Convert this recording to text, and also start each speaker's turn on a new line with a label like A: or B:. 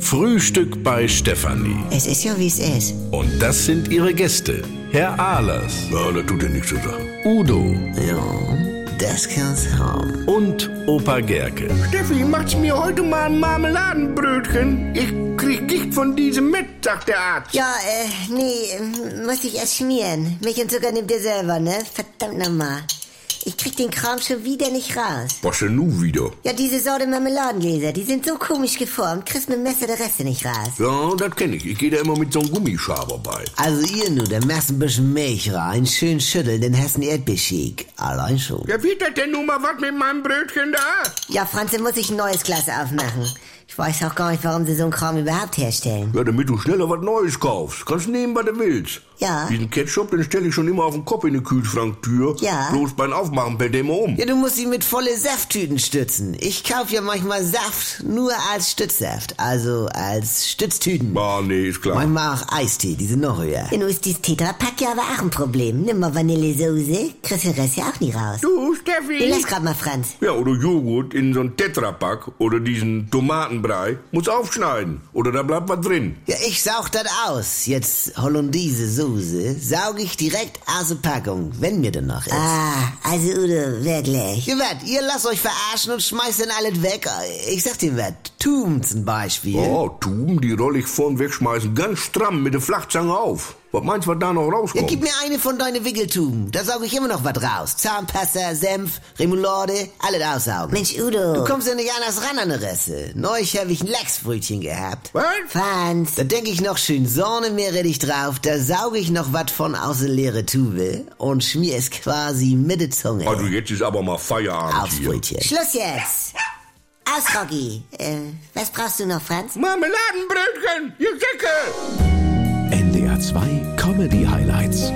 A: Frühstück bei Stefanie.
B: Es ist ja, wie es ist.
A: Und das sind ihre Gäste. Herr Ahlers. Ja, da tut er nichts zu sagen. Udo
B: Ja, das kann's haben.
A: und Opa Gerke.
C: Steffi, macht's mir heute mal ein Marmeladenbrötchen? Ich krieg Gicht von diesem mit, sagt der Arzt.
B: Ja, äh, nee, ähm, muss ich erst schmieren. Milch und Zucker nehmt ihr selber, ne? Verdammt nochmal. Ich krieg den Kram schon wieder nicht raus.
C: Was denn nun wieder?
B: Ja, diese Sorte Marmeladengläser, die sind so komisch geformt, kriegst mit dem Messer der Reste nicht raus.
C: Ja, das kenne ich. Ich gehe da immer mit so einem Gummischaber bei.
D: Also ihr nur, dann machst ein bisschen Milch rein, schön schütteln, dann hast du einen Erdbeershake. Allein schon.
C: Ja, wird das denn nun mal was mit meinem Brötchen da?
B: Ja, Franze, muss ich ein neues Glas aufmachen. Ich weiß auch gar nicht, warum sie so einen Kram überhaupt herstellen.
C: Ja, damit du schneller was Neues kaufst. Kannst nehmen, was du willst.
B: Ja.
C: Diesen Ketchup, den stelle ich schon immer auf den Kopf in die Kühlschranktür.
B: Ja.
C: Bloß beim Aufmachen fällt der immer um.
D: Ja, du musst sie mit volle Safttüten stützen. Ich kauf ja manchmal Saft nur als Stützsaft, also als Stütztüten.
C: Ah, nee, ist klar.
D: Manchmal auch Eistee, die sind noch höher.
B: In ist dieses Tetrapack ja aber auch ein Problem. Nimm mal Vanillesoße, kriegst den Rest ja auch nie raus.
C: du,
B: Den
C: Steffi.
B: lass grad mal, Franz.
C: Ja, oder Joghurt in so einen Tetrapack oder diesen Tomatenbrei. Muss aufschneiden. Oder da bleibt was drin.
D: Ja, ich saug das aus. Jetzt Hollandaise Soße saug ich direkt aus der Packung, wenn mir denn noch ist.
B: Ah, also Udo, wirklich.
D: Ihr werdet, ihr lasst euch verarschen und schmeißt dann alles weg. Ich sag dir was, Tum zum Beispiel.
C: Oh, Tuben, die roll ich vorn wegschmeißen, ganz stramm mit der Flachzange auf. Was meinst du, was da noch
D: Ja,
C: rauskommt?
D: gib mir eine von deinen Wickeltuben. Da saug ich immer noch was raus. Zahnpasta, Senf, Remoulade, alles aussaugen.
B: Mensch, Udo.
D: Du kommst ja nicht anders ran an die Reste. Neulich hab ich ein Lachsbrötchen gehabt.
C: was?
B: Franz.
D: Da denk ich noch schön Sahnemeere dich drauf. Da sauge ich noch was von aus der leere Tube und schmier es quasi mit der Zunge
C: Also jetzt ist aber mal Feierabend
D: aufs
C: hier.
D: Brötchen.
B: Schluss jetzt! Aus, Rocky. Äh, was brauchst du noch, Franz?
C: Marmeladenbrötchen, ihr Säcke!
E: NDR 2 Comedy Highlights.